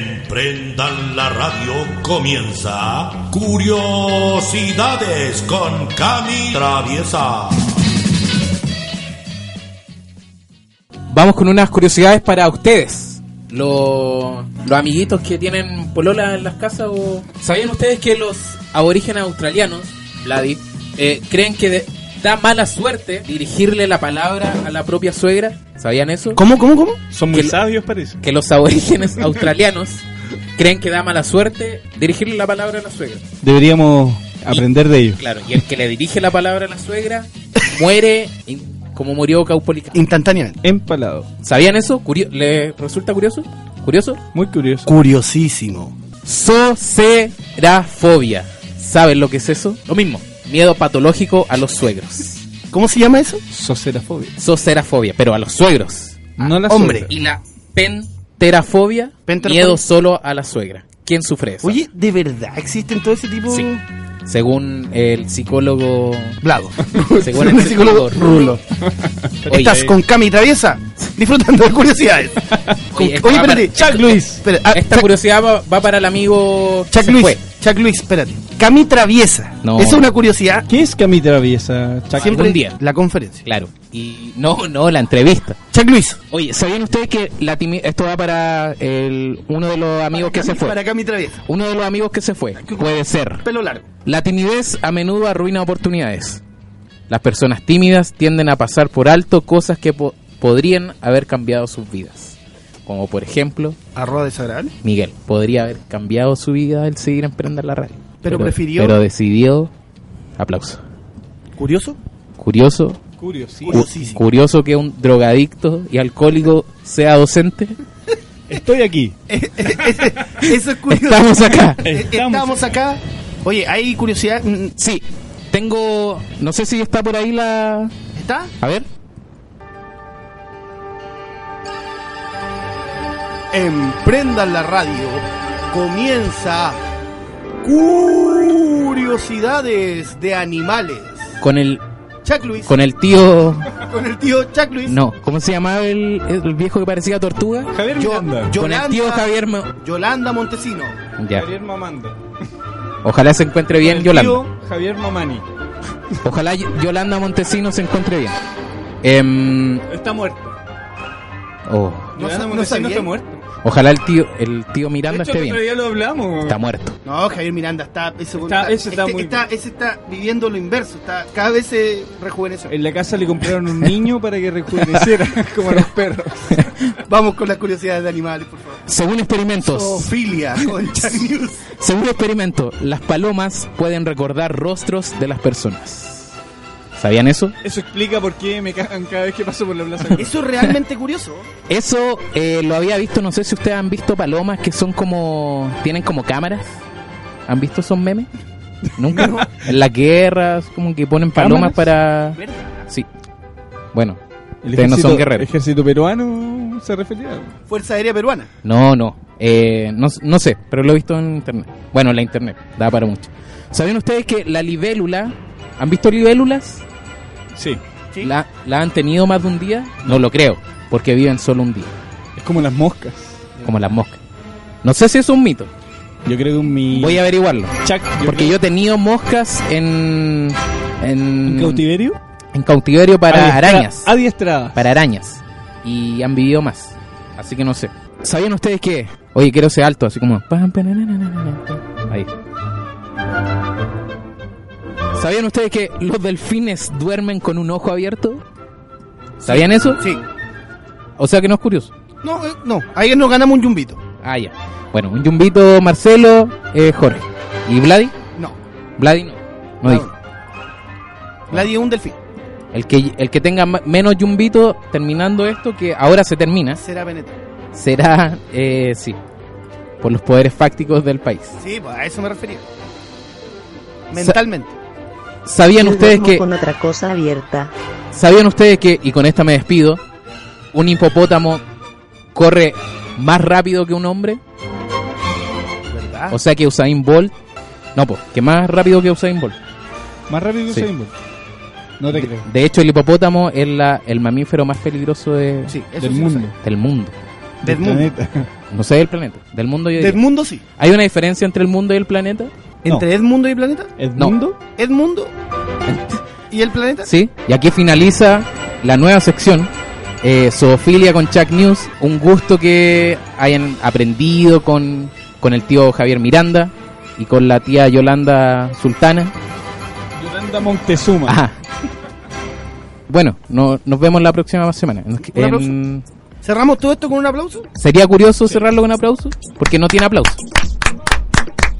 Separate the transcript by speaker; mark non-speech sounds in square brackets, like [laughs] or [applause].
Speaker 1: Emprendan la radio comienza Curiosidades con Cami Traviesa.
Speaker 2: Vamos con unas curiosidades para ustedes. Los, los amiguitos que tienen polola en las casas o... ¿Sabían ustedes que los aborígenes australianos, Vladi, eh, creen que de- da mala suerte dirigirle la palabra a la propia suegra? ¿Sabían eso?
Speaker 3: ¿Cómo, cómo, cómo?
Speaker 4: Son muy
Speaker 2: Que-
Speaker 4: sabios, parece.
Speaker 2: Que los aborígenes [laughs] australianos creen que da mala suerte dirigirle la palabra a la suegra.
Speaker 4: Deberíamos aprender de ellos.
Speaker 2: Claro, y el que le dirige la palabra a la suegra muere in- como murió Caupolicán.
Speaker 3: Instantáneamente.
Speaker 4: Empalado.
Speaker 2: ¿Sabían eso? Curio- ¿Le resulta curioso? ¿Curioso?
Speaker 4: Muy curioso.
Speaker 3: Curiosísimo.
Speaker 2: Socerafobia. ¿Saben lo que es eso? Lo mismo. Miedo patológico a los suegros.
Speaker 3: ¿Cómo se llama eso?
Speaker 4: Socerafobia.
Speaker 2: Socerafobia, pero a los suegros.
Speaker 4: No la
Speaker 3: hombre.
Speaker 4: suegra.
Speaker 2: Y la penterafobia,
Speaker 3: Penterafobia.
Speaker 2: miedo solo a la suegra. ¿Quién sufre eso?
Speaker 3: Oye, ¿de verdad existen todo ese tipo?
Speaker 2: Sí. Según el [laughs] psicólogo...
Speaker 3: [laughs] Blado.
Speaker 2: Según
Speaker 3: el psicólogo Rulo.
Speaker 2: Oye, eh,
Speaker 3: Estás con Cami Traviesa disfrutando de curiosidades. Con-
Speaker 2: Oye,
Speaker 3: [laughs] Oye,
Speaker 2: esta va para-
Speaker 3: espérate.
Speaker 2: Chuck Luis.
Speaker 3: Espera, ah,
Speaker 2: Esta
Speaker 3: Chuck-
Speaker 2: curiosidad va, va para el amigo... que
Speaker 3: Chuck
Speaker 2: se
Speaker 3: Luis.
Speaker 2: fue.
Speaker 3: Chuck Luis, espérate. Cami Traviesa.
Speaker 2: No.
Speaker 3: Esa es una curiosidad.
Speaker 4: ¿Qué es Cami Traviesa, Chaco?
Speaker 2: Siempre- Algún día.
Speaker 3: La conferencia.
Speaker 2: Claro. Y no, no, la entrevista.
Speaker 3: Chuck Luis.
Speaker 2: Oye, ¿sabían ustedes que la timi- esto va para el, uno de los amigos que se fue?
Speaker 3: Para Cami Traviesa.
Speaker 2: Uno de los amigos que se fue. Puede ser.
Speaker 3: Pelo largo.
Speaker 2: La timidez a menudo arruina oportunidades. Las personas tímidas tienden a pasar por alto cosas que po- podrían haber cambiado sus vidas. Como por ejemplo,
Speaker 3: Arroba desagradable.
Speaker 2: Miguel podría haber cambiado su vida al seguir emprender la radio.
Speaker 3: Pero prefirió-
Speaker 2: Pero decidió. Aplauso.
Speaker 3: Curioso.
Speaker 2: Curioso.
Speaker 4: Curiosísimo.
Speaker 2: cu-
Speaker 3: Curiosísimo.
Speaker 2: curioso que un drogadicto y alcohólico sea docente.
Speaker 4: Estoy aquí.
Speaker 3: [laughs] Eso es curioso. Eh,
Speaker 2: Estamos
Speaker 3: [laughs]
Speaker 2: acá.
Speaker 3: Estamos, acá. Oye, hay curiosidad. mm,
Speaker 2: Sí, tengo. No sé si está por ahí la.
Speaker 3: ¿Está?
Speaker 2: A ver.
Speaker 3: Emprendan la radio. Comienza Curiosidades de Animales.
Speaker 2: Con el.
Speaker 3: Chuck Luis.
Speaker 2: Con el tío.
Speaker 3: Con el tío Chuck Luis.
Speaker 2: No, ¿cómo se llamaba el, el viejo que parecía tortuga?
Speaker 4: Javier
Speaker 3: Yo-
Speaker 4: Miranda.
Speaker 3: yo-
Speaker 2: Con el tío
Speaker 3: Yolanda.
Speaker 2: Javier. Ma-
Speaker 3: Yolanda Montesino.
Speaker 2: Ya.
Speaker 4: Javier Mamanda.
Speaker 2: Ojalá se encuentre bien
Speaker 4: El
Speaker 2: Yolanda.
Speaker 4: tío Javier Mamani.
Speaker 2: Ojalá Y- Yolanda Montesino se encuentre bien. Em,
Speaker 4: Está muerto.
Speaker 2: oh,
Speaker 3: No sa-
Speaker 4: Yolanda
Speaker 3: no
Speaker 4: Montesino
Speaker 3: sabía.
Speaker 4: está muerto.
Speaker 2: Ojalá el tío, el tío
Speaker 4: De
Speaker 2: Miranda
Speaker 4: hecho,
Speaker 2: esté
Speaker 4: el otro
Speaker 2: bien.
Speaker 4: día lo hablamos.
Speaker 2: Está muerto.
Speaker 3: No, Javier Miranda está. Ese
Speaker 4: Está- ese está muy
Speaker 3: ese está viviendo lo inverso. Está, cada vez se rejuvenece.
Speaker 4: En la casa le compraron un niño para que rejuveneciera [laughs] como a los perros.
Speaker 3: Vamos con las curiosidades de animales, por favor.
Speaker 2: Según experimentos.
Speaker 3: Zoofilia con Chuck News.
Speaker 2: [laughs] Según el experimento, las palomas pueden recordar rostros de las personas. ¿Sabían eso?
Speaker 4: Eso explica por qué me cagan cada vez que paso por la plaza.
Speaker 3: Eso es realmente curioso.
Speaker 2: Eso eh, lo había visto, no sé si ustedes han visto palomas que son como... tienen como cámaras. ¿Han visto esos memes? Nunca. En las guerras, como que ponen palomas para...
Speaker 4: ¿Cámaras?
Speaker 2: Sí. Bueno, ustedes no son guerreros.
Speaker 4: ejército peruano se refería.
Speaker 3: Fuerza Aérea Peruana.
Speaker 2: No, no. Eh, no. no sé, pero lo he visto en internet. Bueno, la internet da para mucho. ¿Sabían ustedes que la libélula... ¿Han visto libélulas?
Speaker 4: Sí.
Speaker 3: ¿sí?
Speaker 2: ¿La, la han tenido más de un día? No lo creo, porque viven solo un día,
Speaker 4: Es como las moscas.
Speaker 2: como las moscas. No sé si es un mito,
Speaker 4: Yo creo que un mi.
Speaker 2: voy a averiguarlo.
Speaker 4: Chac,
Speaker 2: Porque yo he tenido moscas en. en,
Speaker 4: ¿En cautiverio?
Speaker 2: en cautiverio para
Speaker 4: Adiestra-
Speaker 2: arañas.
Speaker 4: Adiestradas.
Speaker 2: Para arañas. Y han vivido más. Así que no sé. ¿Sabían ustedes que? Oye, quiero ser alto, así como. pam, pa, na, na, na, na, na, na. Ahí. ¿Sabían ustedes que los delfines duermen con un ojo abierto? ¿Sabían eso?
Speaker 3: Sí.
Speaker 2: O sea que no es curioso.
Speaker 3: No, eh, no. Ahí nos ganamos un yumbito.
Speaker 2: Ah, ya. Bueno, un yumbito, Marcelo, eh, Jorge. ¿Y Vladi?
Speaker 3: No.
Speaker 2: Vladi no. No
Speaker 3: Ah,
Speaker 2: dijo.
Speaker 3: Gladys es un delfín.
Speaker 2: El que, el que tenga ma- menos yumbito terminando esto, que ahora se termina,
Speaker 3: Será penetrante.
Speaker 2: será, eh, sí, por los poderes fácticos del país.
Speaker 3: Sí, pues a eso me refería. Mentalmente.
Speaker 2: ¿Sabían
Speaker 5: El
Speaker 2: ustedes
Speaker 5: gorro
Speaker 2: que,
Speaker 5: Con otra cosa abierta.
Speaker 2: sabían ustedes que, y con esta me despido, un hipopótamo corre más rápido que un hombre?
Speaker 3: ¿Verdad?
Speaker 2: O sea que Usain Bolt, no, pues, que más rápido que Usain Bolt.
Speaker 4: Más rápido que
Speaker 2: Sí.
Speaker 4: Usain Bolt. No te creo.
Speaker 2: De hecho, el hipopótamo es la, el mamífero más peligroso de-
Speaker 3: sí, eso
Speaker 4: Del
Speaker 3: sí lo
Speaker 4: mundo.
Speaker 3: sé.
Speaker 2: del mundo.
Speaker 3: Del mundo.
Speaker 4: [laughs] planeta.
Speaker 2: No sé del planeta, del mundo yo diría.
Speaker 3: Del mundo sí.
Speaker 2: ¿Hay una diferencia entre el mundo y el planeta?
Speaker 4: No.
Speaker 3: Entre Edmundo y planeta.
Speaker 4: Edmundo.
Speaker 2: [laughs]
Speaker 3: Edmundo y el planeta.
Speaker 2: Sí, y aquí finaliza la nueva sección. Eh, zoofilia con Chuck News, un gusto que hayan aprendido con, con el tío Javier Miranda y con la tía Yolanda Sultana.
Speaker 4: Yolanda Montezuma.
Speaker 2: Ajá. Bueno, no- nos vemos la próxima semana. Nos-
Speaker 3: ¿Un aplauso?
Speaker 2: en-
Speaker 3: Cerramos todo esto con un aplauso.
Speaker 2: sería curioso cerrarlo con un aplauso, porque no tiene aplauso.